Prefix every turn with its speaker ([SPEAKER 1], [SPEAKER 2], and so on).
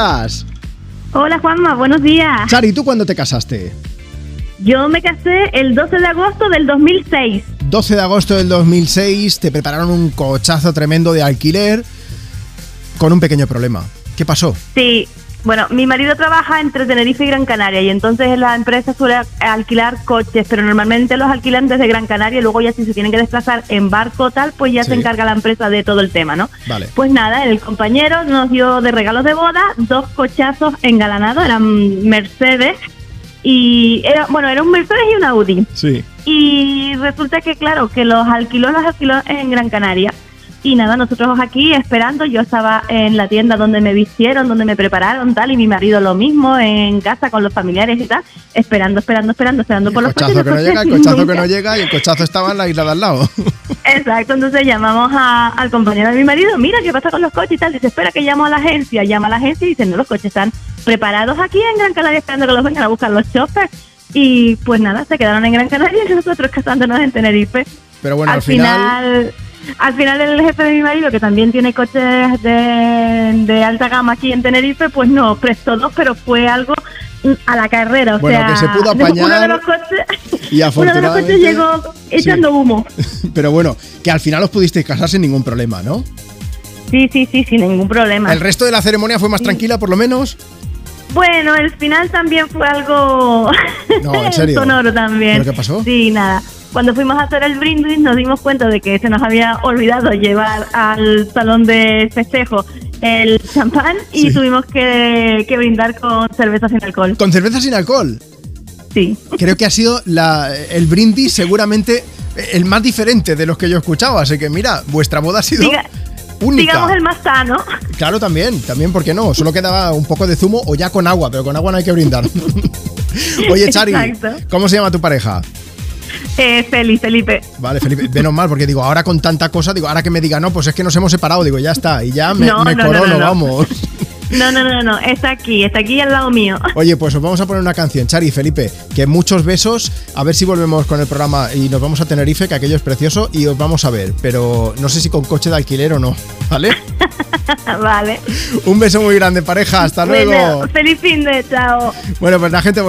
[SPEAKER 1] días.
[SPEAKER 2] Hola Juanma, buenos días.
[SPEAKER 1] Sari, ¿tú cuándo te casaste?
[SPEAKER 2] Yo me casé el 12 de agosto del 2006.
[SPEAKER 1] 12 de agosto del 2006 te prepararon un cochazo tremendo de alquiler con un pequeño problema. ¿Qué pasó?
[SPEAKER 2] Sí, bueno, mi marido trabaja entre Tenerife y Gran Canaria y entonces la empresa suele alquilar coches, pero normalmente los alquilan desde Gran Canaria y luego ya si se tienen que desplazar en barco o tal, pues ya
[SPEAKER 1] Sí.
[SPEAKER 2] se encarga la empresa de todo el tema, ¿no?
[SPEAKER 1] Vale.
[SPEAKER 2] Pues nada, el compañero nos dio de regalos de boda dos cochazos engalanados, eran Mercedes y era, bueno, era un Mercedes y un Audi.
[SPEAKER 1] Sí.
[SPEAKER 2] Y resulta que, claro, que los alquiló, los alquiló en Gran Canaria. Y nada, nosotros aquí esperando, yo estaba en la tienda donde me vistieron, donde me prepararon, tal, y mi marido lo mismo, en casa con los familiares y tal, esperando, esperando, esperando, esperando
[SPEAKER 1] El
[SPEAKER 2] por los
[SPEAKER 1] cochazo
[SPEAKER 2] coches,
[SPEAKER 1] que
[SPEAKER 2] los
[SPEAKER 1] no llega, el
[SPEAKER 2] coches,
[SPEAKER 1] cochazo que
[SPEAKER 2] nunca.
[SPEAKER 1] no llega y el cochazo estaba en la isla de al lado.
[SPEAKER 2] Exacto, entonces llamamos a- al compañero de mi marido, mira qué pasa con los coches y tal, dice, espera que llamo a la agencia, llama a la agencia y dice, no, los coches están preparados aquí en Gran Canaria esperando que los vengan a buscar los choppers. Y pues nada, se quedaron en Gran Canaria y nosotros casándonos en Tenerife.
[SPEAKER 1] Pero bueno, al,
[SPEAKER 2] al final, al final el jefe de mi marido, que también tiene coches de, de alta gama aquí en Tenerife, pues no, prestó dos, pero fue algo mm, a la carrera. O
[SPEAKER 1] Bueno,
[SPEAKER 2] sea,
[SPEAKER 1] que se pudo
[SPEAKER 2] Uno de
[SPEAKER 1] apañar
[SPEAKER 2] los coches,
[SPEAKER 1] y
[SPEAKER 2] uno de los
[SPEAKER 1] afortunadamente.
[SPEAKER 2] coches llegó echando humo.
[SPEAKER 1] Pero bueno, que al final os pudisteis casar sin ningún problema, ¿no?
[SPEAKER 2] Sí, sí, sí, sin ningún problema.
[SPEAKER 1] El resto de la ceremonia fue más tranquila, por lo menos.
[SPEAKER 2] Bueno, el final también fue algo
[SPEAKER 1] No, en serio.
[SPEAKER 2] sonoro también.
[SPEAKER 1] ¿Pero qué pasó?
[SPEAKER 2] Sí, nada. Cuando fuimos a hacer el brindis nos dimos cuenta de que se nos había olvidado llevar al salón de festejo el champán y
[SPEAKER 1] Sí.
[SPEAKER 2] tuvimos que, que brindar con cerveza sin alcohol.
[SPEAKER 1] Con cerveza sin alcohol.
[SPEAKER 2] Sí.
[SPEAKER 1] Creo que ha sido la- el brindis seguramente el más diferente de los que yo escuchaba. Así que mira, vuestra boda ha sido
[SPEAKER 2] Diga-
[SPEAKER 1] única.
[SPEAKER 2] Digamos el más sano.
[SPEAKER 1] Claro, también, también, ¿por qué no? Solo quedaba un poco de zumo o ya con agua, pero con agua no hay que brindar. Oye, Chari,
[SPEAKER 2] Exacto.
[SPEAKER 1] ¿cómo se llama tu pareja?
[SPEAKER 2] Eh, Feli, Felipe.
[SPEAKER 1] Vale, Felipe, menos mal, porque digo, ahora con tanta cosa, digo, ahora que me diga, no, pues es que nos hemos separado, digo, ya está, y ya me,
[SPEAKER 2] No,
[SPEAKER 1] me
[SPEAKER 2] no, no,
[SPEAKER 1] corono,
[SPEAKER 2] no, no.
[SPEAKER 1] vamos.
[SPEAKER 2] No, no, no, no. Está aquí, está aquí al lado mío.
[SPEAKER 1] Oye, pues os vamos a poner una canción, Chari, Felipe, que muchos besos, a ver si volvemos con el programa y nos vamos a Tenerife, que aquello es precioso, y os vamos a ver, pero no sé si con coche de alquiler o no, ¿vale?
[SPEAKER 2] vale.
[SPEAKER 1] Un beso muy grande, pareja, hasta luego.
[SPEAKER 2] Bueno, feliz fin de chao.
[SPEAKER 1] Bueno, pues la gente